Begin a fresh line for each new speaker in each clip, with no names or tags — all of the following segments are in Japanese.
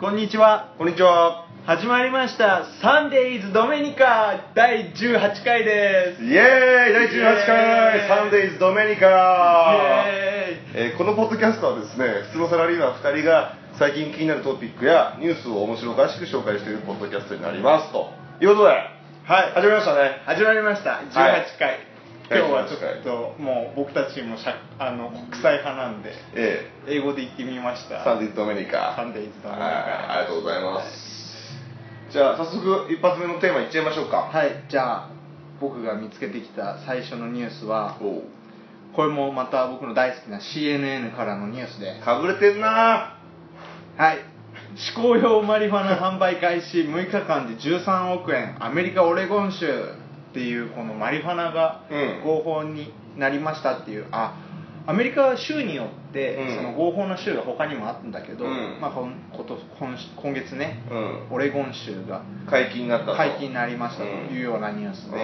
こんにちは
こんにちは。
始まりました「サンデイズドメニカ」第18回で
イ
す
ェーイ
イェー
第18
イ
回サンデイズドメニカ
イエーイ
えーこのポッドキャストはですね、普通のサラリーマン2人が最近気になるトピックやニュースを面白おかしく紹介しているポッドキャストになりますと。いうことで、
はい
始めましたね。
始まりました18回、今日はちょっともう僕たちもしゃあの国際派なんで
え
英語で言ってみました
ー、サンデイズドメニカ。
サンデイズドメニカ
はいありがとうございます。じゃあ、早速一発目のテーマいっちゃいましょうか。
はいじゃあ僕が見つけてきた最初のニュースは
おう
これもまた僕の大好きな CNN からのニュースで
かぶれてんな
はい嗜好用マリファナ販売開始6日間で13億円アメリカ・オレゴン州っていうこのマリファナが
うん
合法になりましたっていう、あアメリカは州によって
うん
その合法な州が他にもあったんだけど、
うん
まあ、こんこと今今月ね
うん。
オレゴン州が
解禁になったと
解禁になりましたというようなニュースで、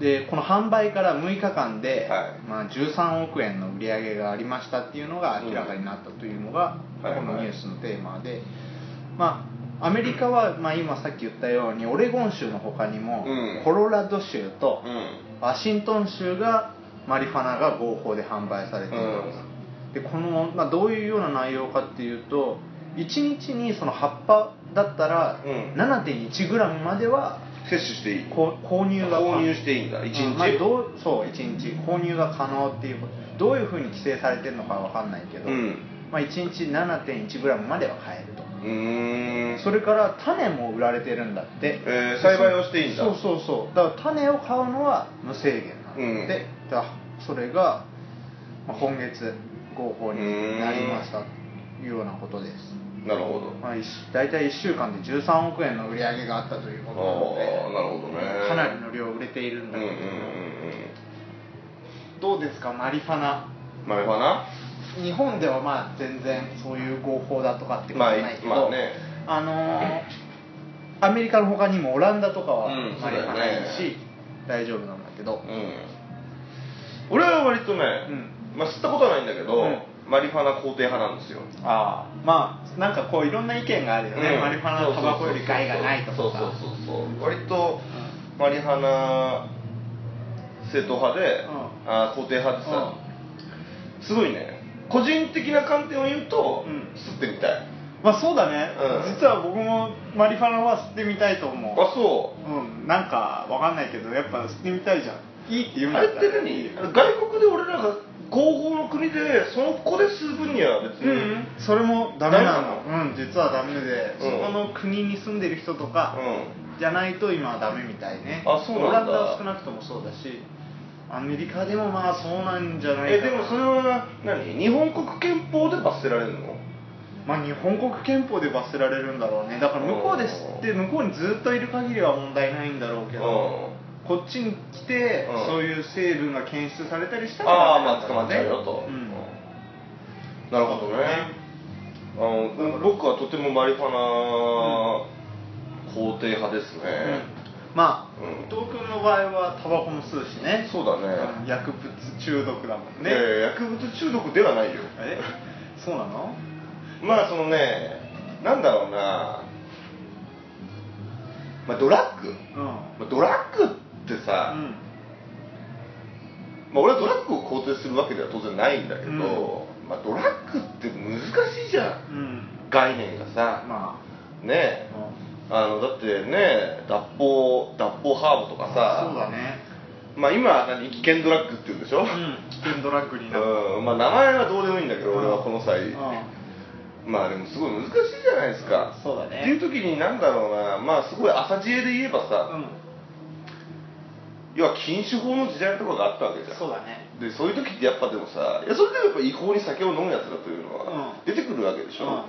でこの販売から6日間で、
はい
まあ、13億円の売り上げがありましたっていうのが明らかになったというのが、
うんはいはい
このニュースのテーマで、まあ、アメリカは、まあ、今さっき言ったようにオレゴン州の他にも、
うん
コロラド州と
うん、うん
ワシントン州がマリファナが合法で販売されています、でこの、まあ、どういうような内容かっていうと1日にその葉っぱだったら
うん
7.1g までは
摂取していい
こう購入が可能
購入していいんだ一日、
うんまあどうそう1日購入が可能っていうことどういうふうに規制されてるのかわかんないけど、
うん
まあ、1日 7.1g までは買えると
うーん
それから種も売られてるんだって、
えー栽培をしていいんだ
そうそうそうだから種を買うのは無制限なん
うん
で、だそれが、まあ、今月合法になりましたというようなことです、
なるほど
まあ、いし大体1週間で13億円の売り上げがあったという
ああ
ことなので
なるほどね
かなりの量売れている
うん
ん
う
だ
んう
け
ん
ど、どうですかマリファナ
うんマリファナ
日本ではまあ全然そういう合法だとかってこと
まあ
はいないけど、
まあね
あのーアメリカの他にもオランダとかは
うん
マリファナいい
そうだよね
し、大丈夫なんだけど、
うん俺は割とね、まあ、吸ったことはないんだけど、
うん
マリファナ肯定派なんですよ
ああまあなんかこういろんな意見があるよね、
うん
マリファナのタバコより害がないとかさ
そうそうそうそう割とマリハナ正統派で、
うん
あー肯定派でさ、すごいね個人的な観点を言うと、
うん
吸ってみたい
まあそうだね、
うん
実は僕もマリファナは吸ってみたいと思う
あそ
うんなんかわかんないけどやっぱ吸ってみたいじゃんいいって言う
うんあ
だっ
れ
た
っ
ら
て何あの外国で俺らが合法の国でその子で吸う分には別
う
に、
ん、それもダメな
ダメ
のうん実はダメで、
うん
そこの国に住んでる人とかじゃないと今はダメみたいね
あそうなん
オラン
だ
ダは少なくともそうだしアメリカでもまあそうなんじゃない
え
かな
でもそれは何日本国憲法で罰せられるの
まあ日本国憲法で罰せられるんだろうねだから向こうですって向こうにずっといる限りは問題ないんだろうけど、こっちに来て、
うん
そういう成分が検出されたりしたら
ああ
ダメな
まあ
ん
捕
だ
ま
ろ
っ
う
ち
ね
ゃうよと、
うん
なるほどねあの僕はとてもマリファナ肯定派ですね、
まあ、
うん
伊藤君の場合はタバコも吸うしね
そうだ
うん
ね、
薬物中毒だもんね
ね薬物中毒ではないよ
えそうなの
まあそのねなんだろうな、まあ、ドラッグ、
うん
まあ、ドラッグってさ、
うん
まあ、俺はドラッグを肯定するわけでは当然ないんだけど、まあ、ドラッグって難しいじゃん
うん
概念がさ、
ま
ね
あ
えあのだってね脱法脱法ハーブとかさ
そうだね
まあ今は何危険ドラッグって言うんでしょ、
うん危険ドラッグになる
うんまあ、名前はどうでもいいんだけど、
うん
俺はこの際、
うん
まあでもすごい難しいじゃないですか、
そうだね
っていう時になんだろうなまあすごい朝知恵で言えばさ、要は禁酒法の時代のところがあったわけじゃん
そうだね
でそういう時ってやっぱでもさいやそれでもやっぱ違法に酒を飲むやつだというのは
うん
出てくるわけでしょ、
うん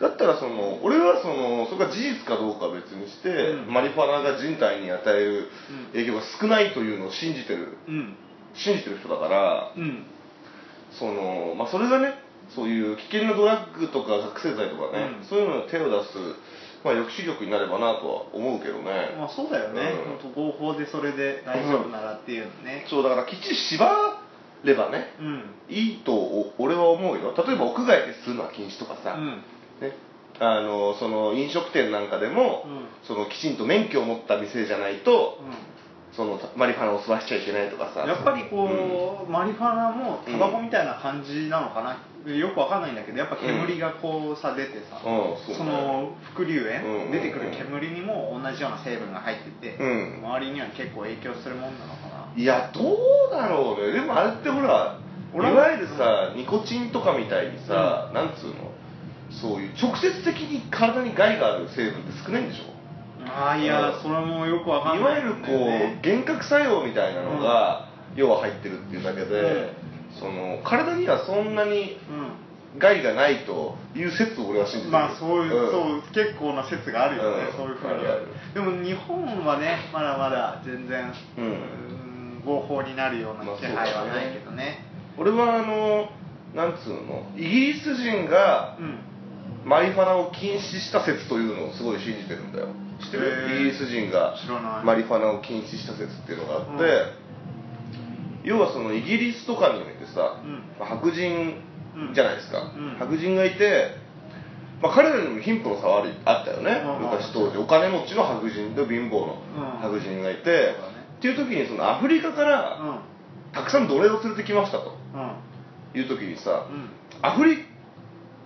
だったらその俺はそのそれが事実かどうかは別にして、
うん
マリファナが人体に与える
うん
影響が少ないというのを信じてる
うん
信じてる人だから
うん
その、まあ、それがねそういう危険なドラッグとか覚醒剤とかね、
うん
そういうのに手を出す、まあ、抑止力になればなとは思うけどね、
まあそうだよね
う
本
ん
当合法でそれで大丈夫ならっていうのね
そうだからきっちり縛ればね
うん
いいとお俺は思うよ例えば屋外で吸うのは禁止とかさ、
うん
ね、あのその飲食店なんかでも、
うん
そのきちんと免許を持った店じゃないとそのマリファナを吸わしちゃいけないとかさ
やっぱりこう、マリファナもタバコみたいな感じなのかな、よくわかんないんだけどやっぱ煙がこうさ出てさ、
うんそうね
その伏流
うんうんうん
炎出てくる煙にも同じような成分が入ってて、
うん
周りには結構影響するもんなのかない
やどうだろうねでもあれってほらい
俺は
わゆるさニコチンとかみたいにさ、なんつうのそういう直接的に体に害がある成分って少ないんでしょ
あーいや
うん
それもよくわか
い
ん
わ
な
ゆ
い
る
んだよ
こう
ね
幻覚作用みたいなのが、要は入ってるっていうだけで、その体にはそんなに害がないという説を俺は信じ
う
て
ん
る
まあそういう、
ん
そう結構な説があるよね、
うん
そういうふうに
あるある
でも日本はねまだまだ全然、
うん
うん合法になるような気配はないけどね,、
俺はあのなんつうのイギリス人がマリファナを禁止した説というのをすごい信じてるんだよ知ってる
へー
イギリス人が
知らない
マリファナを禁止した説っていうのがあって、要はそのイギリスとかにおいてさ、
うん
まあ白人じゃないですか、
うん
白人がいて、まあ、彼らにも貧富の差はありあったよね、
うん
昔当時お金持ちの白人と貧乏の白人がいて、っていう時にそのアフリカか
う
ら
ん
たくさん奴隷を連れてきましたと
うんうん
いう時にさ、
うん
アフリ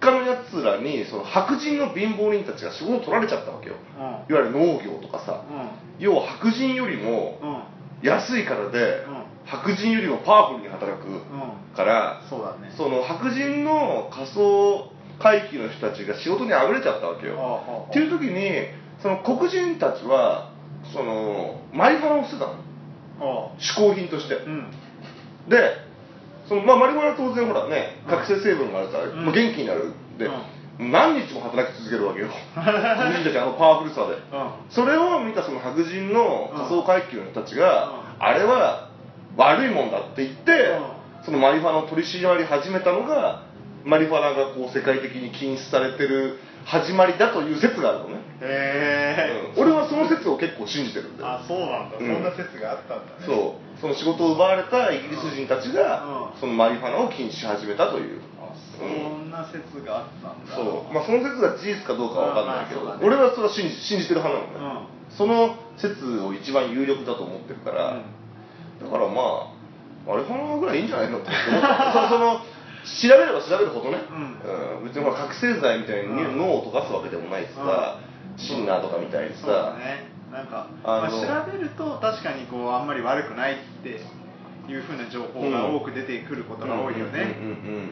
カのやつらにその白人の貧乏人たちが仕事を取られちゃったわけよいわゆる農業とかさ要は白人よりも
うんうん
安いからで
うん
白人よりもパワフルに働く
うん
から
そうだね
その白人の仮想回帰の人たちが仕事にあぐれちゃったわけ
ああ
よ
ああ
っていう時にその黒人たちはそのマリファナをしてたの
あ
嗜好品として
あうん
でそのまあマリファナは当然ほらね
うん
覚醒成分があるから、
うん
もう元気になるで、
う
何日も働き続け るわけよ黒人たちあのパワフルさで
う
それを見たその白人の仮想階級の人たちが、
う
あれは悪いもんだって言って、
う
そのマリファナを取り締まり始めたのがマリファナがこう世界的に禁止されてる始まりだという説があるのね、
んへえ
うん俺はその説を結構信じてるんだよ
あそうなんだ
う
そ
ん
んな説があったんだね
そうその仕事を奪われたイギリス人たちが、
うん
そのマリファナを禁止し始めたという、
あそ
うん
んな説があったんだ
そうまあ、その説が事実かどうかは分かんないけど、
うんまあそうだね
俺はそれは信じ信じてる派なのね、
うん
その説を一番有力だと思ってるから、だからまあマリファナぐらいいいんじゃないのって思ったそその調べれば調べるほどね、
うん
うん別にまあ覚醒剤みたいに
うん
脳を溶かすわけでもないしさ、シンナーとかみたいに
そうだ
さ、
ねなんか、ま
あ
あ、
の
調べると確かにこうあんまり悪くないっていうふうな情報が多く出てくることが多いよね、
うんうんうんうん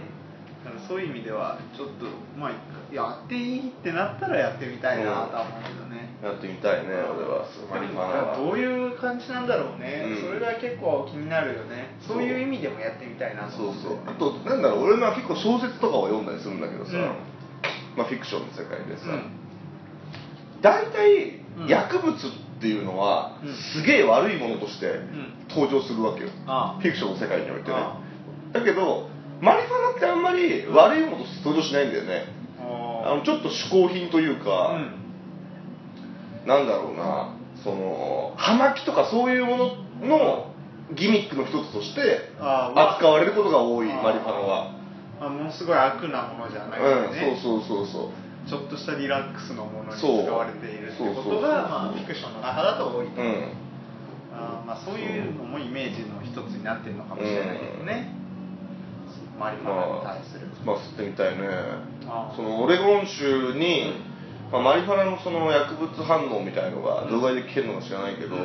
だからそういう意味ではちょっとまあやっていいってなったらやってみたいなとは思うけどね、
やってみたいね、俺は、マリファナは。
どういう感じなんだろうね、
うん
それが結構気になるよね
そう
そういう意味でもやってみたいなと
そう
思って
そうあとなんだろう俺まあ結構小説とかを読んだりするんだけどさ、
うん
まあ、フィクションの世界でさ、
うん
大体
うん
薬物っていうのは、
うん
すげえ悪いものとして
ん
登場するわけよ、
ああ
フィクションの世界においてね
あ
だけどマリファナってあんまり悪いものとして登場しないんだよねあ
あ
のちょっと嗜好品という
あ
か、
うん
なんだろうなその葉巻とかそういうもののギミックの一つとして
ああ
扱われることが多い
ああ
マリファナは。
まあ、ものすごい悪なものじゃないよね、
うん、そうそうそうそう
ちょっとしたリラックスのものに使
そう
われているってこ
そうそうそう
とが、まあ、フィクションの中だと多いと、
うん
あーまあ、そういうのもイメージの一つになってるのかもしれないですね、マリファナに対する、
まあ吸ってみたいね
ああ
そのオレゴン州に、まあ、マリファナのその薬物反応みたいのが動画で聞けるのか知らないけど、
うん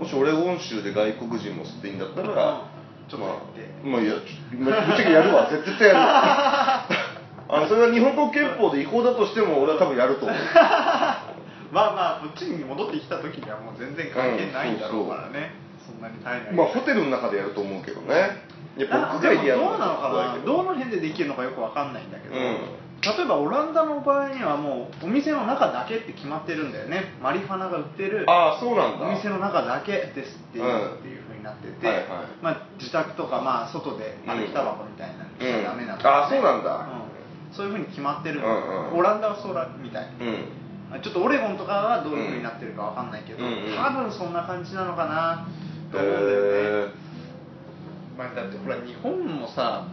もしオレゴン州で外国人も吸っていいんだったら、
うんちょっと
ま
や
あ
って
まあいやちょぶっちゃけやるわ 絶対やるわあのそれは日本国憲法で違法だとしても俺は多分やると思う
まあまあこっちに戻ってきた時にはもう全然関係ないんだろうからね、そんなに大変
まあホテルの中でやると思うけどねいや
あ
屋
でも
外で
ど
や
う
る
な
の
のかなどの辺でできるのかよくわかんないんだけど、
うん
例えばオランダの場合にはもうお店の中だけって決まってるんだよねマリファナが売ってる
ああそうなんだ
お店の中だけですっていう,、
うん
っていう風になってて、
はいはい
まあ、自宅とか、まあ、外で歩きタバコみたいなのしちゃダメなんだ
うんあそうなんだ
うんそういう風に決まってるの、
うんうん
オランダはそうらみたい、
うん
ちょっとオレゴンとかはどういう風になってるかわかんないけど、
うんうん
多分そんな感じなのかなと思うんだよね、
へえ
まあ、だってほら日本もさ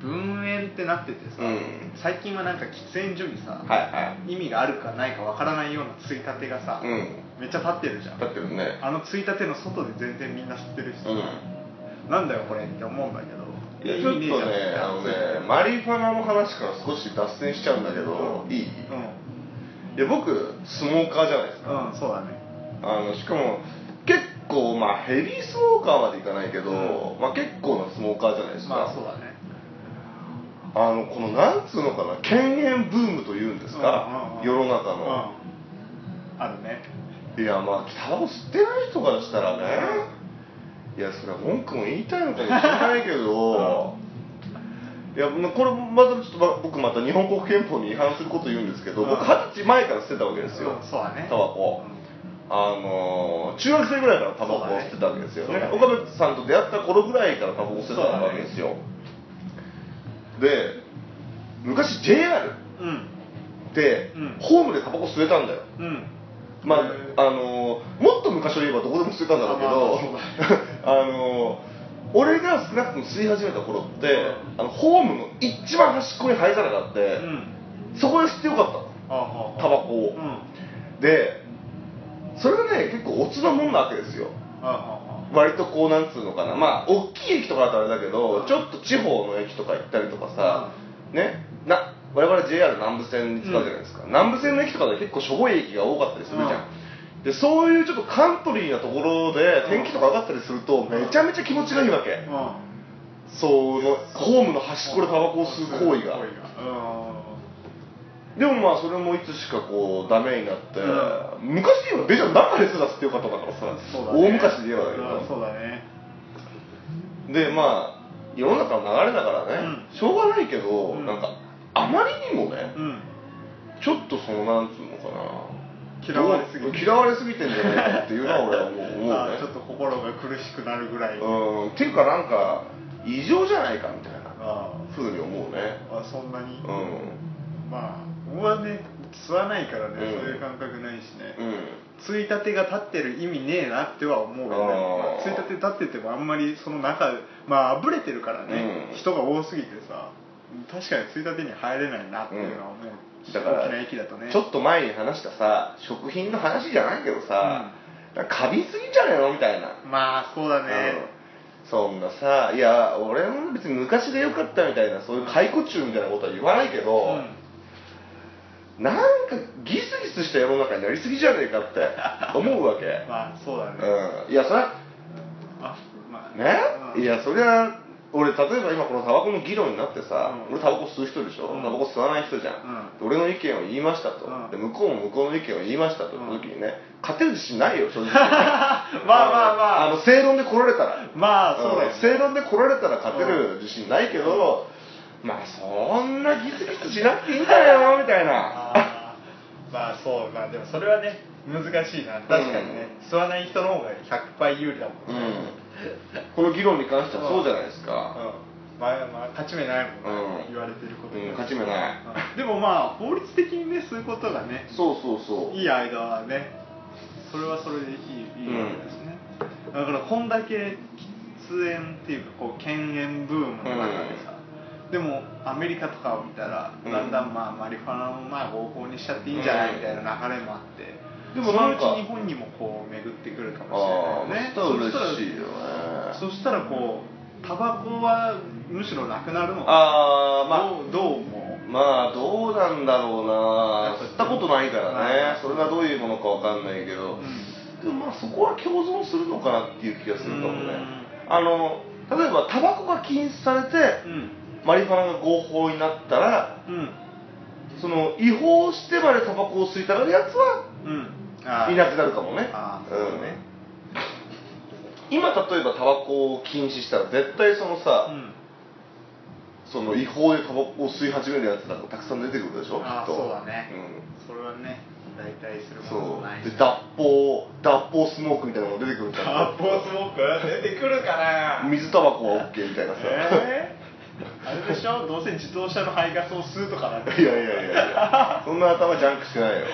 分煙ってなっててさ、
うん
最近はなんか喫煙所にさ、
はいは
意味があるかないかわからないようなついたてがさ、
いうん
めっちゃ立ってるじゃん
だってね
あのついたての外で全然みんな吸ってるしさ、
う
なんだよこれって思うんだけど
んいやちょっとねあのねマリファナの話から少し脱線しちゃうんだけどいいいや僕スモーカーじゃないです
う
か
ん、うん、そうだね
あのしかも結構まあヘビースモーカーまでいかないけど、
うん
まあ、結構なスモーカーじゃないですか、
まあそうだね
あのこのなんつうのかな犬猿ブームというんですか、
うんうんうん
世の中
う
の、
んあるね
いやまあタバコ吸ってない人からしたらね、いやそれは文句も言いたいのかもしれないけど、いやまあこれまたちょっとま僕また日本国憲法に違反すること言うんですけど、
うん
僕二十歳前から吸ってたわけです
う
よ、
んそうだね
タバコ、あのー中学生ぐらいからタバコを吸ってたわけですよ、
そうだね
岡部さんと出会った頃ぐらいからタバコを吸ってたわけですよ、で昔 JR
うんうん
で、
うん
ホームでタバコ吸えたんだよ
うん
まあ
へえ
あのーもっと昔を言えばどこでも吸えたんだろうけど あ、のー俺が少なくとも吸い始めた頃ってあのホームの一番端っこに灰皿があって、
うん
そこで吸ってよかったの
ああああ
タバコを
うんあ
でそれがね結構オツなもんなわけですよ
あああ
割とこうなんつうのかなまあ大きい駅とかだとあれだけ
う
ど
ん
ちょっと地方の駅とか行ったりとかさねな我々 JR 南部線に使うじゃないですか、南部線の駅とかで結構しょぼい駅が多かったりするじゃん、でそういうちょっとカントリーなところで天気とか上がったりするとめちゃめちゃ気持ちがいいわけ、
うん
そのホームの端っこでタバコを吸う行為が
行為が
でもまあそれもいつしかこうダメになって、
う
昔で言えばベジャン中で吸ってよかったんだからさ、
うんそうだね
大昔で言えばだけど、
うんそうだね
でまあ世の中の流れだからね、しょうがないけど、
うん
なんかあまりにもね、
うん
ちょっとそのなんつうのかな
嫌われすぎて
嫌われすぎてんじゃないかっていうのは俺は思う思う
あ
ね
あちょっと心が苦しくなるぐらいあ
うんっていうかなんか異常じゃないかみたいな
あ
ふうに思うね
あそんなに
うん
まあ僕はね吸わないからね、
うん
そういう感覚ないしね、
うん
ついたてが立ってる意味ねえなっては思うよね
あー
ついたて立っててもあんまりその中まああぶれてるからね、
うん
人が多すぎてさ確かについたてに入れないなっていうのは思う、
だから
大きな駅だとね
ちょっと前に話したさ食品の話じゃないけどさ、なんか過敏すぎんじゃねえのみたいな
まあそうだね
うんそんなさいや俺も別に昔でよかったみたいなそういう解雇中みたいなことは言わないけ
う
ど、
ん
なんかギスギスした世の中になりすぎじゃねえかって思うわけ、
まあそうだね、
うん、いやそれは
あまあ
ね、
うん
いやそりゃ俺例えば今このタバコの議論になってさ、
うん
俺タバコ吸う人でしょ、
うん
タバコ吸わない人じゃん、で俺の意見を言いましたと、
うん
で向こうも向こうの意見を言いました
う
と、
ん
その時にね勝てる自信ないよ 正直
まあまあま あ
の正論で来られたら
まあそうだよね
ん正論で来られたら勝てる自信ないけど、まあそんなギスギスしなくていいんだよみたいな
あーまあそうまあでもそれはね難しいな確かにね、吸わない人の方が100倍有利だもんね
う、んこの議論に関してはそうじゃないですか、
うんまあまあ勝ち目ないもんね、
うん
言われてること
うん
に
勝ち目ない、
うんでもまあ法律的にねそういうことがね
そうそうそう
いい間はねそれはそれでいいいいわけですね、だからこんだけ喫煙っていうかこう犬猿ブームの中でさ、でもアメリカとかを見たら
うん
だんだんまあマリファナのまあ合法にしちゃっていいんじゃないみたいな流れもあって、
でもなんか
そのうち日本にもこう巡ってくるか
あ
も
あ
しれないよね
そしたら嬉しいよね
そしたらこうタバコはむしろなくなるのか
ああまあ
どうどうも
まあどうなんだろう
や
な
っぱ
吸ったことないから
あ
ね
ー
それがどういうものかわかんないけど、でもまあそこは共存するのかなっていう気がするかもね
うん
あの例えばタバコが禁止されて
うん
マリファナが合法になったら
うん
その違法してまでタバコを吸いたがるやつは
うんうんあー
いなくなるかもね
あーそうね
うん今例えばタバコを禁止したら絶対そのさ、
うん
その違法でタバコを吸い始めるやつなんかたくさん出てくるでしょ
あ
きっ
ー
と
そうだね、
うん
それはね大体するもの
そ
ないう
で脱法脱法スモークみたいなのが出てくるんじゃない
発泡スモーク出てくるかな
水タバコは OK みたいなさ、
えー、あれでしょどうせ自動車の排ガスを吸うとかなんて
いやいやいやいやそんな頭ジャンクして ないよ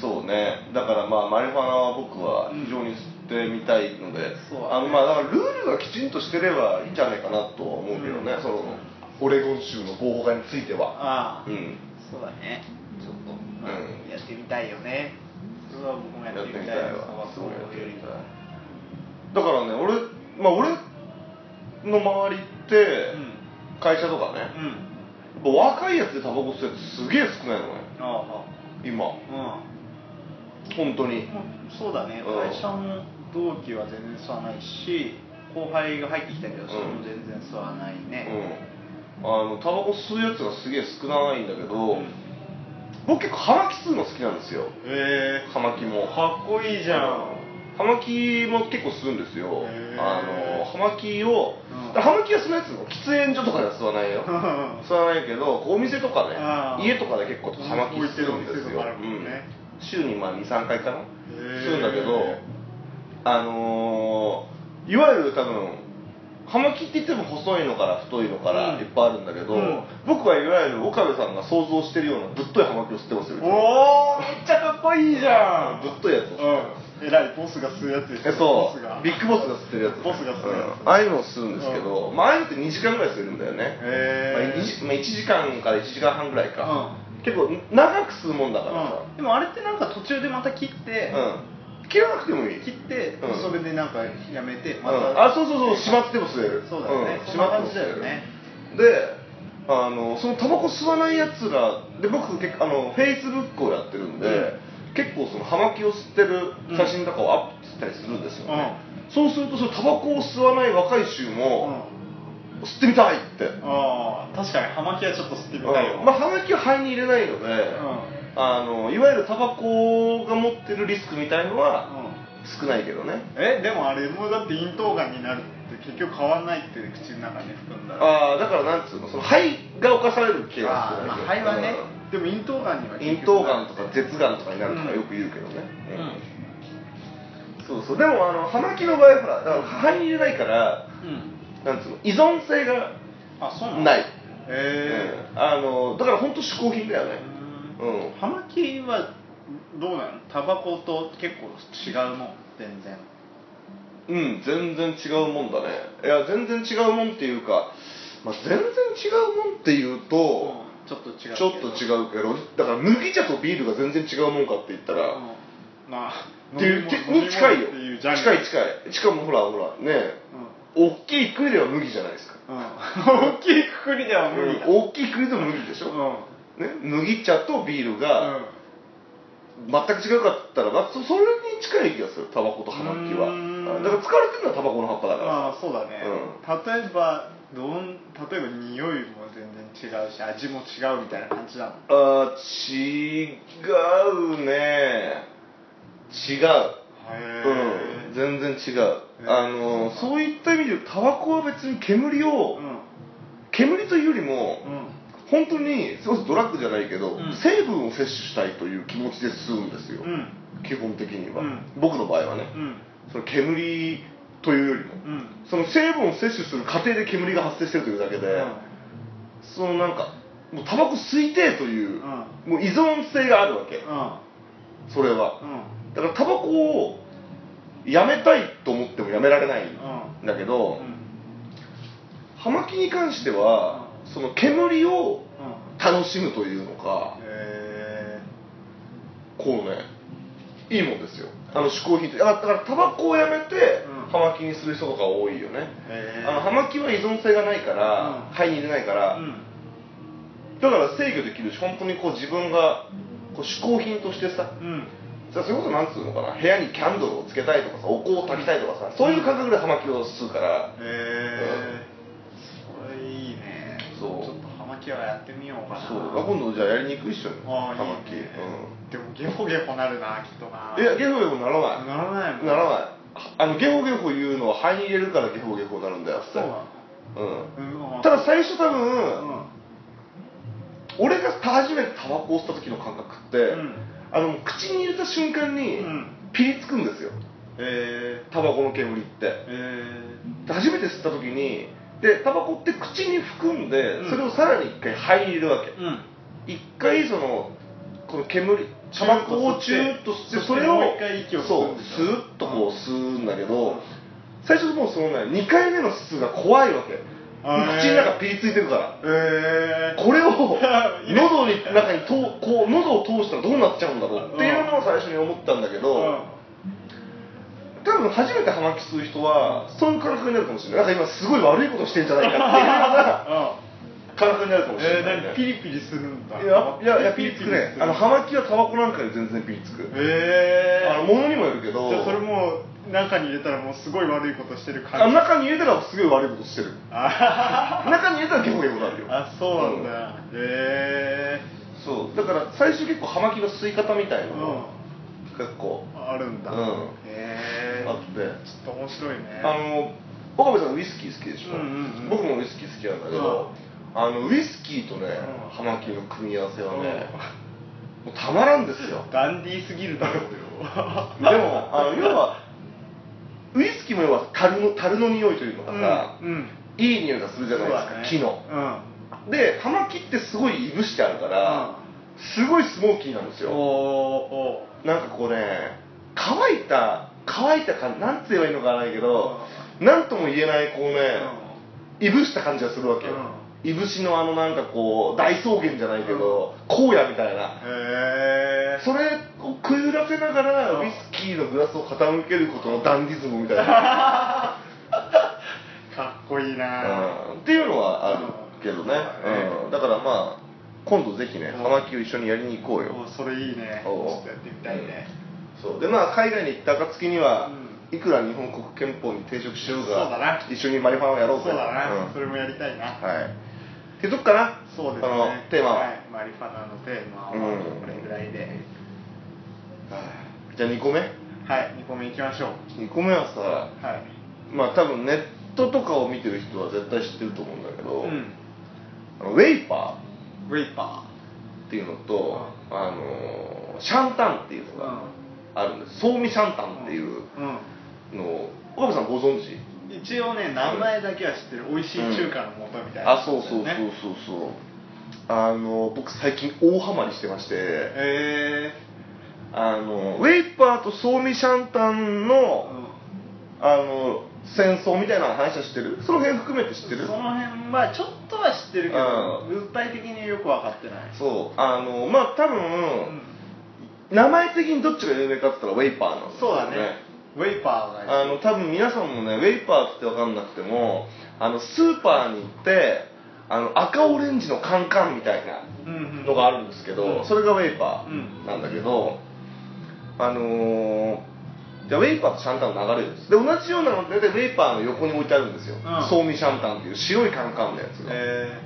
そうねだからまあマリファナは僕は非常に吸ってってみたいので
そう
あのまあだからルールがきちんとしてればいいんじゃないかなとは思うけどね、
うん
そのオレゴン州の合法化については
ああ、
うん
そうだねちょっと、まあ
うん
やってみたいよねそれは僕もやってみたい
やってみたいわ
タバコ
すごいやってみたい
よりかは
だからね俺まあ俺の周りって
うん
会社と
う
かね、
ん
若いやつでタバコ吸ってるやつすげえ少ないのね
あ
今
あああうん
本当に
もうそうだね、
うん
会社も同期は全然吸わないし後輩が入ってきたけどそれも全然吸わないね、
うんあのタバコ吸うやつがすげえ少ないんだけど、
うん
僕結構葉巻吸うの好きなんですよ
え
葉巻も
かっこいいじゃん
葉巻も結構吸うんですよ
へー
あの葉巻を、
うん
葉巻は吸うやつも喫煙所とかでは吸わないよ吸わないけどこうお店とか
あー
ね家とかで結構葉巻吸うんですよ、
置いてるお店とかあるもんね
うん週にまあ23回かな
へー
吸うんだけどあのーいわゆる多分葉巻って言っても細いのから太いのか
う
ら
ん
いっぱいあるんだけど、
うん
僕はいわゆる岡部さんが想像してるようなぶっとい葉巻を吸ってますよいつも
おおめっちゃかっこいいじゃん
ぶっといやつを吸ってます
うん偉いボスが吸うやつでしょ
えそ
ボスが
うビッグボスが吸ってるやつ
ボスが吸ってるやつ
うんああいうのを吸うんですけど、まあああいうのって2時間ぐらい吸えるんだよね、
へー
まあ二時まあ、1時間から1時間半ぐらいか、結構長く吸うもんだからさ、
うんでもあれってなんか途中でまた切って、
うん切らなくてもいい、
切って、
うん
それでなんかやめて
うん
また、
あそうそうそうしまっても吸える
そうだよね
ん
そ
し
んな
まっ
感
ても
じ
吸
だ
え
よ
る
ね
であのそのタバコ吸わないやつらで僕結構あのフェイスブックをやってるんで、
うん
結構その葉巻を吸ってる写真とかをアップしたりするんですよね、そうするとそのタバコを吸わない若い
う
衆も、
ん
吸ってみたいって、
ああ確かに葉巻はちょっと吸ってみたいよ、
うんまあ、葉巻は肺に入れないので、あのいわゆるタバコが持ってるリスクみたいの
うん
は
うん
少ないけどね、
えでもあれもうだって咽頭がんになるって結局変わんないって口の中に含んだら
ああだからなんつうのその肺が侵される系が少
あー
ない
まあ
け
肺はね
どうん
でも咽頭がんには結
咽
局
頭がんとか舌がんとかになるとかよく言うけどね、
うん
うんそうそうでもあの葉巻の場合ほらだから肺に入れないから
うん
なんつうの依存性が
あそうなの
ない、
え
うんあのだから本当嗜好品だよね
えー
うん
葉巻はどうなのタバコと結構違うもん全然
うん全然違うもんだねいや全然違うもんっていうか、まあ、全然違うもんっていうと、
ちょっと違うけど
ちょっと違うけどだから麦茶とビールが全然違うもんかって言ったら、
うんなあ
っていうてに近いよ近い近いしかもほらほらね大きいくくりでは麦じゃないですか、
うん、うん、大きいくくりでは無理だ、
大きいくくりでも麦でしょ、
うん
ね、麦茶とビールが全く違うかったらばそそれに近い気がするタバコと葉巻
うー
は
ん
だから使われてるのはタバコの葉っぱだから
まあそうだね、
う
例えばどん例えば匂いも全然違うし味も違うみたいな感じだもん
あー違うね違う、
へえ
うん、全然違う、
へー
あのーそういった意味で言うとタバコは別に煙を、
うん
煙というよりも、
うん
本当にそれこそドラッグじゃないけど、
うん
成分を摂取したいという気持ちで吸うんですよ、
うん
基本的には、
うん
僕の場合はね、
うん
その煙というよりも、
うん
その成分を摂取する過程で煙が発生してるというだけで、そのなんかもうタバコ吸いてえという、もう依存性があるわけ、それは
う
だからタバコをやめたいと思ってもやめられない
んうんうん
んだけど、
うん
葉巻に関しては、その煙
う
を
ん
楽しむというのか
へ
こうねいいもんですよあの嗜好品ってだからだからタバコをやめて
うん
葉巻にする人とか多いよね、
え
あの葉巻は依存性がないから、
うん
肺に入れないから、
うん
だから制御できるし本当にこう自分がこう嗜好品としてさ
うん
さそれこそなんつうのかな部屋にキャンドルをつけたいとかさお香を炊きたいとかさそういう感覚で葉巻を吸うから
へえそれいいね
そう
ちょっと葉巻はやってみようかな
そうあ今度じゃあやりに行く一緒に
ああい
葉
い
巻
ね、でもゲホゲホなるなきっとな
うんいやゲホゲホならない
ならないもん
ならないあのゲホゲホ言うのは肺に入れるからゲホゲホになるんだよ
そうなのうん
うんただ最初
う
多分、
ん
俺が初めてタバコを吸った時の感覚って、
うん
あの口に入れた瞬間に
うん
ピリつくんですよ
え
タバコの煙って
ー、え
で初めて吸った時にでタバコって口に含んで
うん
それをさらに一回肺に入れるわけ、
ー、うん
一回そのこの煙タバコをチューッと吸ってそれを
もう一回息を吸
そう
うんでしょ
スーッとこう吸うんだけど、
うん
最初もうそのね2回目の吸うが怖いわけ
あー
口の中ピリついてるから
え
これを
いいね
喉に中にとこう喉を通したらどうなっちゃうんだろうっていうのを最初に思ったんだけ
え
ど、多分初めてハマキ吸う人はそういう感覚になるかもしれないなんか今すごい悪いことしてんじゃないかっていうような感覚になるかもし
えー、
れな
何
い、
ピリピリするんだ
いやいやいやピリつくね
する
あの葉巻はタバコなんかで全然ピリつく、
えー、
あの物にもよるけど
じゃあそれもう中に入れたらもうすごい悪いことしてる
あ
感じ
中に入れたらすごい悪いことしてる
あ
中に入れたら結構よくなるよ
あそうなんだ、え
そうだから最初結構葉巻の吸い方みたい
ー、
な
う
の結構
んあるんだ、
うん
えー、
あって
ちょっと面白いね
あの岡部さんウイスキー好きでしょ、
うんうんうん
僕もウイスキー好きなんだけど、あのウイスキーとね葉巻の組み合わせはね、もうたまらんですよ
ダンディーすぎるだろうよ
でもあの要はウイスキーも要は樽の樽の匂いというのがさ、
うんうん
いい匂いがするじゃないですか、木ので葉巻ってすごいいぶしてあるから、すごいスモーキーなんです
うん、お
よ
お
なんかこうね乾いた乾いた感なんて言えばいいのかわからないけど
う
なんとも言えないこうね、
う
いぶした感じがするわけよ、いぶしのあのなんかこう大草原じゃないけど、荒野みたいな
へえ
それをくゆらせながら
う
ウ
ん
イスキーのグラスを傾けることのダンディズムみたいな、
かっこいいな
うんっていうのはあるけどね、
うん
うんだからまあ今度ぜひね
うん
葉巻を一緒にやりに行こうよ、
おそれいいねち
おう
ょっとやってみたいね、
そうでまあ海外に行った暁には、
う
いくら日本国憲法に抵触しよう
そうだな
が一緒にマリファナをやろうぜ
そうだな、
ん
それもやりたいな、
はいってとこかな
そうですね
あのテーマは、
い、マリファナのテーマは
うん
これぐらいで、
はいじゃあ2個目
はい2個目いきましょう
2個目はさ
はい
まあ多分ネットとかを見てる人は絶対知ってると思うんだけど、
うん
あのウェイパ
ウェイパ
ーっていうのと、あのーシャンタンっていう
ー
のがあるんですソーミシャンタンっていう
うん
のを岡部さんご存知
一応ね名前だけは知ってる美味しい中華の素みたいな、
あそうそうそう
ね
そうそうあの僕最近大ハマりしてまして
え
あのウェイパーとソーミシャンタンの
ー、
あの戦争みたいな話は知ってるその辺含めて知って
うん
る
その辺はちょっとは知ってるけど具体的によく分かってない
そうあのまあ多
う
分
ん、
名前的にどっちが有名かって言ったらウェイパーなんです
そう
よ
だねウェイパーが
あの多分皆さんもねウェイパーって分かんなくてもあのスーパーに行ってあの赤オレンジのカンカンみたいな
うんうん
のがあるんですけど、
うん
それがウェイパーなんだけど、あのーじゃあウェイパーとシャンタンの流れですで同じようなのででウェイパーの横に置いてあるんですよ、
ん
ソーミシャンタンっていう白いカンカンのやつが、
え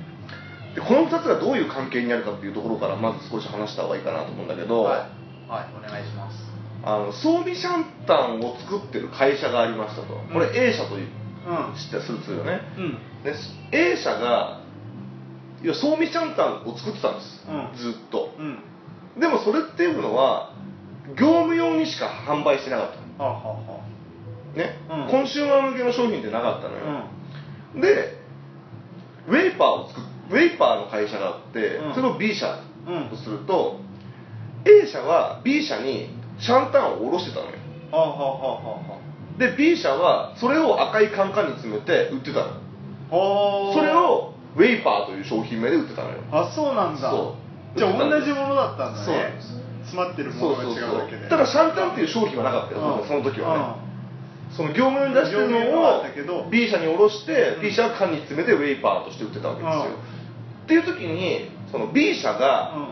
でこの2つがどういう関係になるかっていうところからまず少し話した方がいいかなと思うんだけ
ー
ど、
はい、はい、お願いします
あの装備シャンタンを作ってる会社がありましたとこ
うん
れ A 社とい
う
う知ったりするするよね
んうん
で A 社がいや装備シャンタンを作ってたんです、
う
ずっと
うん
でもそれっていうのは業務用にしか販売してなかっ
はあはあはあ
たね、
うん
コンシューマー向けの商品ってなかったのよ、でウェイパーを作っウェイパーの会社があって、
うん
それを B 社
うんうん
とすると A 社は B 社にシャンタンを卸してたのよ
はあはあはあはあは
で B 社はそれを赤いカンカンに詰めて売ってた
あ
の
はあ
それをウェイパーという商品名で売ってたのよ
あそうなんだ
そう
じゃあ同じものだったんだね
そうなんです
詰まってるも
そ
のが
うそう
違
そう
うだけで
ただシャンタンっていう商品はなかったよ、
うん
その時はね、その業務用に出して
業
る
務用はあ
の
ったけど
を B 社に卸して、
うん
B 社が缶に詰めてウェイパーとして売ってたわけですよ、
うん
っていう時にその B 社が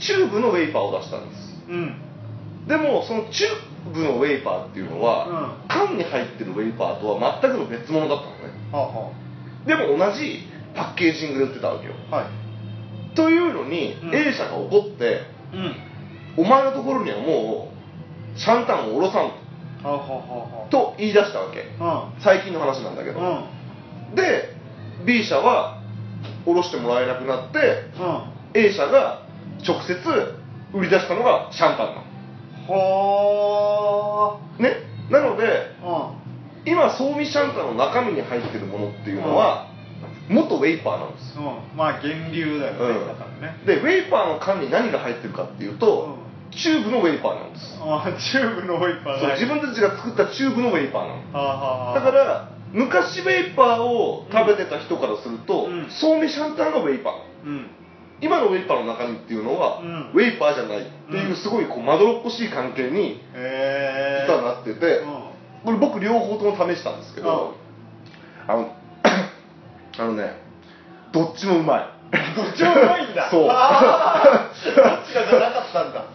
チューブのウェイパーを出したんです
うんうん
でもそのチューブのウェイパーっていうのは、
うん
缶に入ってるウェイパーとは全くの別物だったのね
はあは
でも同じパッケージングで売ってたわけよ
あはい
というのに、
うん
A 社が怒って
うん
お前のところにはもうシャンタンを下ろさん
はあはあは
と言い出したわけ
あは
最近の話なんだけ
あ
ど、
うん
で B 社は下ろしてもらえなくなって
うんは
A 社が直接売り出したのがシャンタンなのねなので
あ
今装備シャンタンの中身に入ってるものっていうのは、元ウェイパーなんですよ
うんうんまあ源流だよねだからね
でウェイパパーの缶に何が入ってるかっていうと、チューブのウェイパーなんです
あーチューブのホイッパー
そう
が
自分たちが作ったチューブのウェイパーな
は
の
あはあはあ
だから昔ウェイパーを食べてた人からすると、
うん
そうめシャンタンがウェイパー
うん
今のウェイパーの中身っていうのは、
うん
ウェイパーじゃないっていううんすごいこうまどろっこしい関係に
ええ
実はなってて、これ僕両方とも試したんですけど、あの あのねどっちもうまい
どっちもうまいんだ
そう
あーどっちがじゃなかったんだ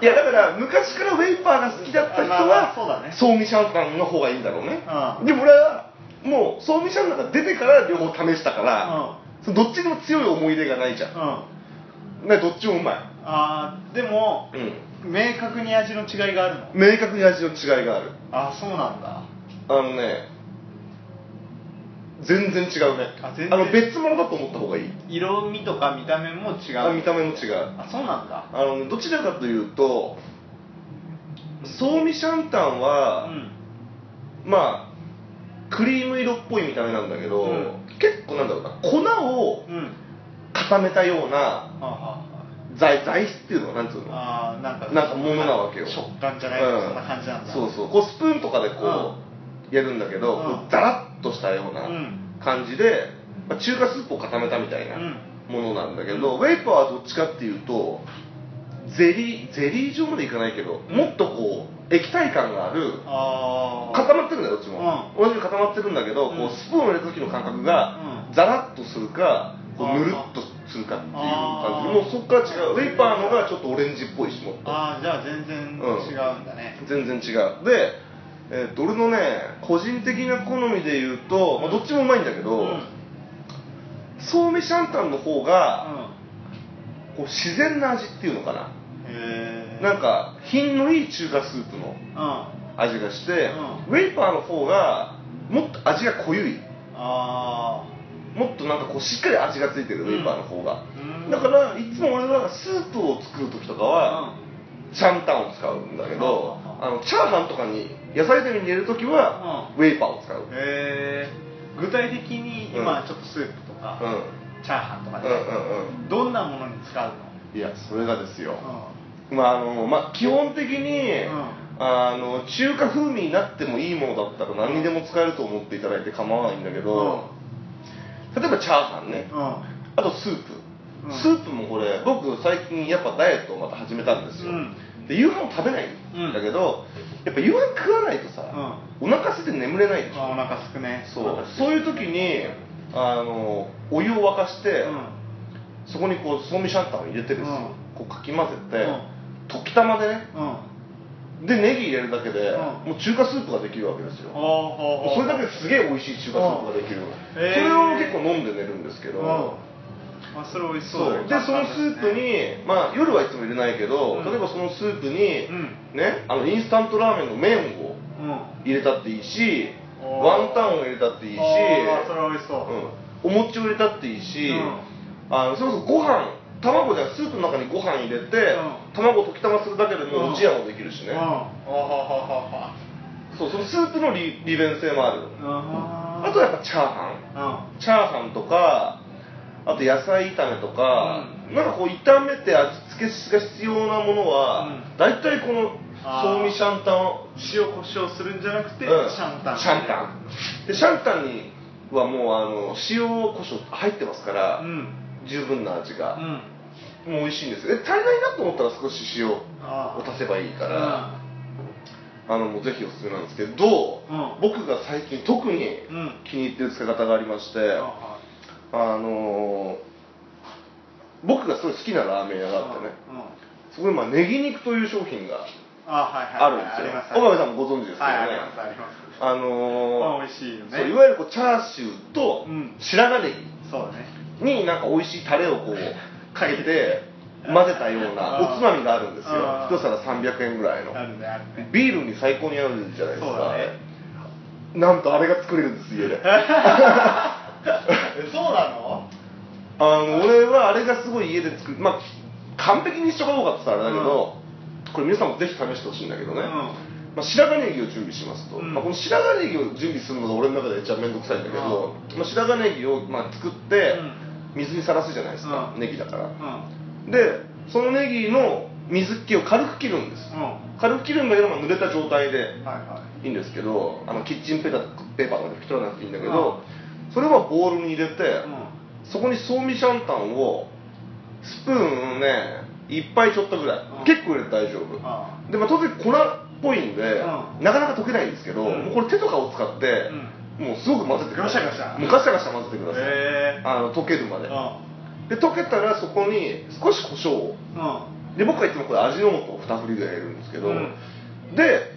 いやだから昔からウェイパーが好きだった人
まあまあそう
は
だね
ソーミシャンタンの方がいいんだろうね
うん
でも俺はもうソーミシャンタンが出てから両方試したからそのどっちにも強い思い出がないじゃ
うんあ
んねどっちもうま
あーでも
い、うん、
明確に味の違いがあるの
明確に味の違いがある
あそうなんだ
あのね全然違うね
あ全然
の別物だと思った方がいい
色味とか見た目も違
あ
う
見た目も違う
あそうなんだ
あのねどちらかというとソーミシャンタンは、
うん
まあクリーム色っぽい見た目なんだけど、
うん
結構なんだろうな粉を
うん
固めたような
はあは
材材質っていうのはなんつう
あ
の
はああーなんか
なんかものなわけよ
食感じゃない
うん
そんな感じなんだ
そうそうこうスプーンとかでこうやるんだけど、
うん
こうザラッとしたような
うん
感じで、まあ、中華スープを固めたみたいな
うん
ものなんだけど、ウェイパーはどっちかっていうとゼリーゼリー状までいかないけどもっとこう液体感がある
ああ
固まってるんだよどっちも、同じく固まってるんだけど、
うん
こうスプーンを入れた時の感覚が
うん
ザラッとするかこ
あー
うぬるっとするかっていう感
あー
じもうそこから違うウェイパーのがちょっとオレンジっぽいしもっと
ああじゃあ全然違うんだね
全然違うで、えーと俺のね個人的な好みで言うと、まあ、どっちもうまいんだけ
う
ど、
ん
そうめシャンタンの方がこう自然な味っていうのかな、
へえ
なんか品のいい中華スープの
うんあ
味がして、
う
ウェイパーの方がもっと味が濃ゆい
あ
もっとなんかこうしっかり味がついてるウェイパーの方が、
うん
だからいつも俺はスープを作る時とかは、シャンタンを使うんだけど、
うん
あのチャーハンとかに野菜炒めに入れる時は、ウェイパーを使う、うん
へえ具体的に今ちょっとスープとか
うん、うん
チャーハンとか
う
で
んうん
どんなものに使うの
いやそれがですよ、
う
まああのまあ、基本的に、
うん
あの中華風味になってもいいものだったら何にでも使えると思っていただいて構わないんだけど、例えばチャーハンね、
んうん
あとスープ、
うん
スープもこれ僕最近やっぱダイエットをまた始めたんですよ、
うん
で夕飯を食べないんだけど、やっぱ夕飯食わないとさ、お腹空いて眠れないでしょ、
あお腹すくね
そうそういう時にあのお湯を沸かして、
う
そこにこうそうめんシャンタンを入れてですよ、こうかき混ぜて、
うん
溶き卵でね
んうん
でネギ入れるだけで、
うん
もう中華スープができるわけですよ、
お
それだけですげえ美味しい中華スープができる、そ
へー
れを結構飲んで寝るんですけど、
うんあそれ美味し
そ
そうう
でそのスープに、まあ、夜はいつも入れないけど、
うん
例えばそのスープに、
う
ね、あのインスタントラーメンの麺を
うん
入れたっていいし
おー
ワンタンを入れたっていいし、
あーそれ美味しそう
うん、お餅を入れたっていいし、
うん
あのそれこそご飯卵じゃなくスープの中にご飯入れて、
ん
卵を溶き卵するだけでも
う
うんおじやもできるしね、
うんおほほほほ
そうそのスープの利利便性もある、
うん
あとやっぱチャーハン
う
チャーハンとかあと野菜炒めとか、なんかこう炒めて味付けが必要なものは、
うん
大体この
あー
そうみシャンタンを
ん塩コショウするんじゃなくてシ
うん
ャンタン
シャンタンでシャンタンにはもうあの塩コショウ入ってますから、
うん
十分な味
う
が、
ん
もう美味しいんですよで足りないなと思ったら少し塩を
あー
足せばいいから、あのもうぜひおすすめなんですけど、
うん
僕が最近特に
うん
気に入ってる使い方がありまして、
あ
あのー僕がすごい好きなラーメン屋があってね、
うんうん
そこにまあネギ肉という商品が
あはいはい
あるんです
あり
よ、岡部
ます
さんもご存知ですけどね、
はいありますあります
あのー
まあ美味しいよね
そういわゆるこうチャーシューと
うん
白髪ネ
そうね
ギになんか美味しいタレをこ うかけて混ぜたようなおつまみがあるんですよ
あー
一皿300円ぐらいの
あるねある ね
ビールに最高に合うじゃないです
そう
か
だね
なんとあれが作れるんで す家で
そうなの
あの俺はあれがすごい家で作る、まあ、完璧に一緒が多かったらあれだけど、これ皆さんもぜひ試してほしいんだけど
う
ね、
ん
まあ、白髪ネギを準備しますと、
うん
まあ、この白髪ネギを準備するのが俺の中でじゃ面倒くさいんだけど、まあ、白髪ネギをまあ作って
うん
水にさらすじゃないですか、
うん
ネギだから、
うん
でそのネギの水気を軽く切るんです
うんは
軽く切るんだけど、まあ、濡れた状態で
いはい
いいんですけどあのキッチンペーパーペーパーとかで拭き取らなくていいんだけ
あ
どそれはボウルに入れて、
う
そこにソーミシャンタンをスプーンねいっぱいちょっとぐらい、
うん
結構入れて大丈夫
んあ
でも当然粉っぽいんで、
う
なかなか溶けないんですけど、
うん
もうこれ手とかを使って、もうすごく混ぜてください
ガシャガシャ
もうガシャガシャ混ぜてください、
へえ
あの溶けるま
う
で、で溶けたらそこに少し胡椒を
んうん
で僕はいつもこれ味の素を2振りぐらい入れるんですけど、
うん
で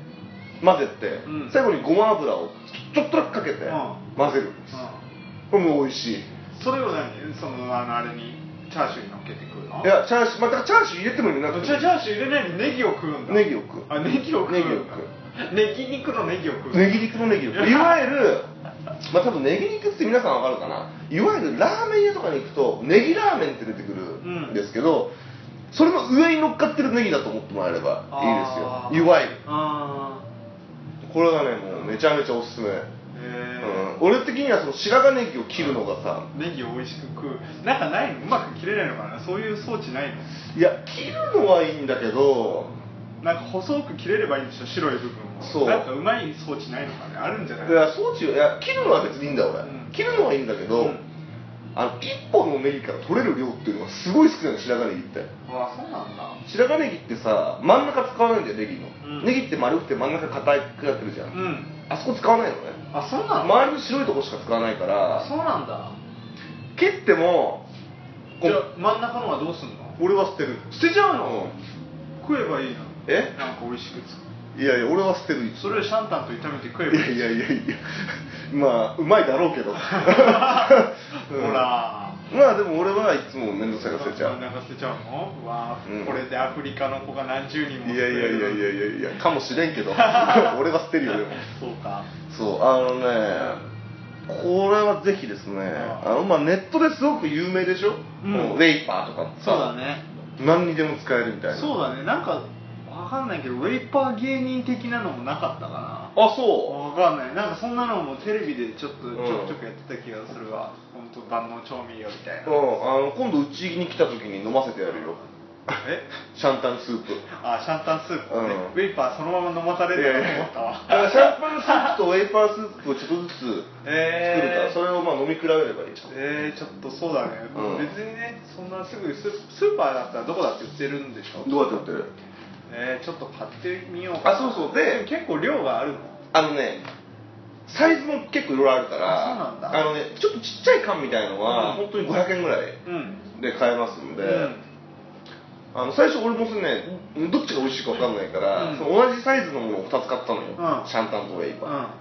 混ぜて、
うん
最後にごま油をちょちょっとだけかけ
う
て
ん
混ぜるんです、これもう美味しいい
それを何そのあのあれにチャーシューに乗っけてくるの
やチャーシューまあだからチャーシュー入れてもいいなく
じゃあチャーシュー入れないでネギを食うんだ
ネギを食う
あネギを食う
ネギを食
ネギ肉のネギを食う
ネギ肉のネギを食ういわゆるまあ多分ネギ肉って皆さんわかるかないわゆるラーメン屋とかに行くとネギラーメンって出てくるんですけど、それの上に乗っかってるネギだと思ってもらえれば
あ
い
ー
いですよいわゆる
あ
これがねもうめちゃめちゃおすすめ、
あ
うん
へ
俺的にはその白髪ネギを切るのがさ、
えネギを美味しく食うなんかないのうまく切れないのかなそういう装置ないの
いや切るのはいいんだけど
なんか細く切れればいいんでしょ白い部分を
そう
なんかうまい装置ないのかねあるんじゃない
いや装置をいや切るのは別にいいんだよ俺、
うん
切るのはいいんだけど、
うん
あの1本のネギから取れる量っていうのがすごい少ないの白髪ネギって
あそうなんだ
白髪ネギってさ真ん中使わないんだよネギの、
うん
ネギって丸くて真ん中硬くなってるじゃん、
うん
あそこ使わないのね
あそうなの、
周りの白いとこしか使わないか
あそう
ら
なんだ
切っても
じ
こう
ゃあ真ん中のはどうすんの
俺は捨てる
捨てちゃう
の
食えばいいの
え
なんか美味しく作
いやいや俺は捨て
る
る
それをシャンタンと炒めて食えば
いやいやいや いやまあうまいだろ うけど、うん
ほら
まあでも俺はいつも面倒くさいから捨てちゃう
なんか捨てちゃうのうわー
うん
これでアフリカの子が何十人も
いやいやいやいやいやいやかもしれん けど俺は捨てるよでも
そうか
そうあのねこれはぜひですねあの、まあ、ネットですごく有名でしょ、
うん
もウェイパーとかさ
そうだね
何にでも使えるみたいな
そうだねなんかわかんないけどウェイパー芸人的なのもなかったか
あ
な
そ
わかんないなんかそんなのもテレビでちょっと
ん、
ちょくちょくやってた気がするわ、本当万能調味料みたいうな、
うん、あの今度うちに来た時に飲ませてやるよ
え
シャンタンス ープ
あシャンタンスープね、
うん
ウェイパーそのまま飲まされ
い
る
や
のと
いや
思ったわ
だからシャンパンスープとウェイパースープをちょっとずつ作る
えー
から、それをまあ飲み比べればいいじゃん
えー、ちょっとそうだね、
うん
別にねそんなすぐススーパーだったらどこだって売ってるんでしょ
どうやってやってる
えー、ちょっと買ってみようかな
あそうそうで
結構量があるの
あのねサイズも結構いろいろあるから
あそうなんだ
のねちょっとちっちゃい缶みたいのは、
うん
本当に500円ぐらい
うん
で買えますんで、
うん
あの最初俺もそれねどっちが美味しいか分かんないから、
うん
その同じサイズのものを2つ買ったのよ、
うん
シャンタンとウェイ
う
パ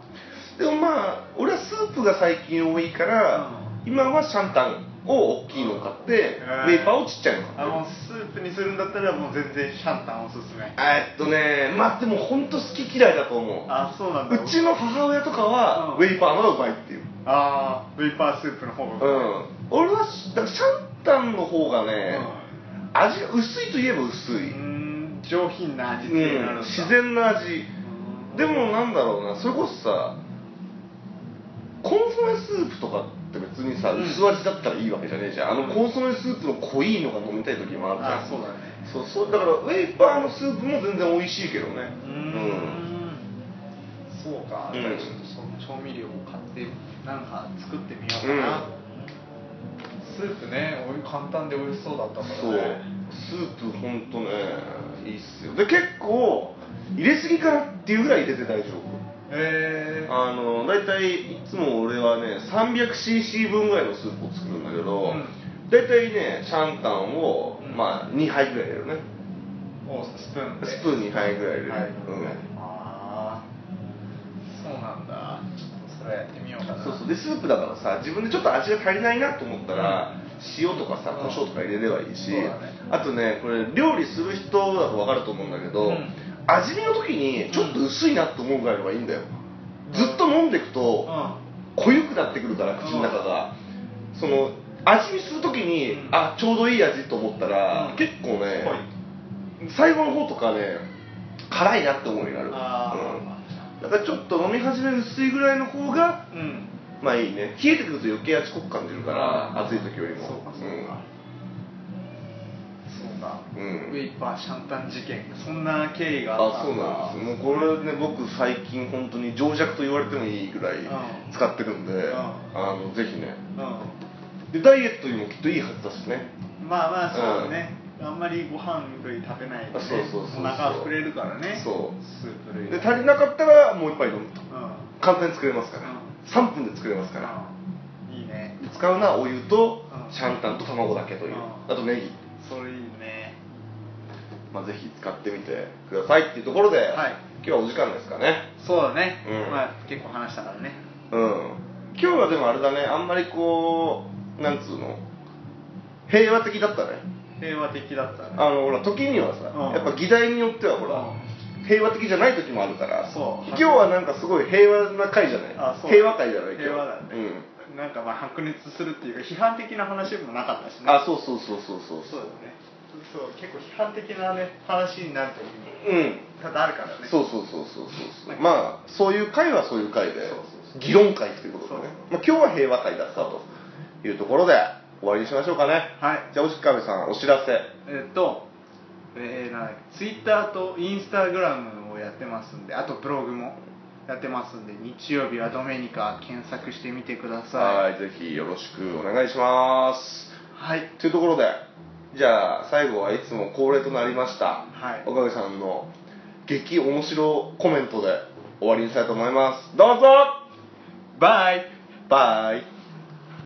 ん
ー、でもまあ俺はスープが最近多いから、今はシャンタンを大きいのを買って、
うん
ウェイパーをちっちゃいのを買
あ
ってる
のスープにするんだったらもう全然シャンタンおすすめ
えーっとねまあでも本当好き嫌いだと思う
あそうなんだ
うちの母親とかは、
うん
ウェイパーの方がうまいっていう
あーウェイパースープの方
う
が
ん俺はしだからシャンタンの方がね、味が薄いといえば薄
う
い、うん
ん上品な味付けになるんだ、
自然な味でもなんだろうなそれこそさコンソメスープとかって別にさ、
うん
薄味だったらいいわけじゃねえじゃんあのコンソメスープの濃いのが飲みたい時もあるじゃん
あそうだね
そうそうだからウェイパーのスープも全然美味しいけどね
うーんそうか、
うん
じゃあちょっとその調味料を買ってなんか作ってみようかな、
うん
スープねおい簡単で美味しそうだったからね
そうスープほんとねいいっすよで結構入れすぎかなっていうぐらい入れて大丈夫
えー、
あの大体いつも俺はね 300cc 分ぐらいのスープを作るんだけど、
うん
大体ねシャンタンを、
うん
まあ、2杯ぐらい入れるね
おスプーンで
スプーン2杯ぐらい入れる、
はい
うん
ああそうなんだちょっとそれやってみようかな
そうそうでスープだからさ自分でちょっと味が足りないなと思ったら、塩とかさ
うん
胡椒とか入れればいい
そ
し、
うだね
あとねこれ料理する人だと分かると思うんだけど、
うん
味見の時にちょっと薄いなと思うぐらいのがいいんだよ、ずっと飲んでいくと、
う
濃ゆくなってくるから口の中が、その味見するときに、
うん
あちょうどいい味と思ったら、
うん
結構ね
濃い
最後の方とかね辛いなって思うようになる、
あ
うんだからちょっと飲み始め薄いぐらいの方が
んうん
まあいいね冷えてくると余計味濃く感じるから
あー
暑い時よりも
そうかそうか、
ん
そか、
うん
ウェイパーシャンタン事件そんな経緯があっ
あ
た
そうなんですもうこれね僕最近本当に情弱と言われてもいいぐらい
うん
使ってるんで、
ん
あのぜひね
う
でダイエットにもきっといいはずだしね
ん、まあまあそうね、あんまりご飯類食べないと、
あ
ね、
そうそうそうそう
お腹は膨れるからね
そう
スープ類
で足りなかったらもう一杯飲むと
うん、う
簡単に作れますから、
うん
3分で作れますから、
ん、いいね
で使うのはお湯と
うん
シャンタンと卵だけという、
うん
あとネギ、
それいいね
まあ、ぜひ使ってみてくださいっていうところで、
はい
今日はお時間ですかね
そうだね、
うん
まあ結構話したからね
うん今日はでもあれだねあんまりこうなんつうの平和的だったね
平和的だったね
あのほら時にはさ、
うん
やっぱ議題によってはほら、平和的じゃない時もあるから
そう
今日はなんかすごい平和な回じゃない
あそう
平和回じゃない今日
平和だね
うん
なんかまあ白熱するっていうか批判的な話もなかったしね
あそうそうそうそうそう
そうだねそう結構批判的なね話になるときに
うん
多々あるからね
そううそうそうそうそうそうまあそういう回はそういう回で議論会ということでね、まあ、今日は平和会だったというところで終わりにしましょうかね
はい
じゃあおしかべさんお知らせ
えっとえー、なんだっけツイッターとインスタグラムをやってますんであとブログもやってますんで日曜日はドメニカ検索してみてください
はいぜひよろしくお願いします
はい
というところでじゃあ最後はいつも恒例となりました
はい
岡部さんの激面白コメントで終わりにしたいと思いますどうぞ
バイ
バイ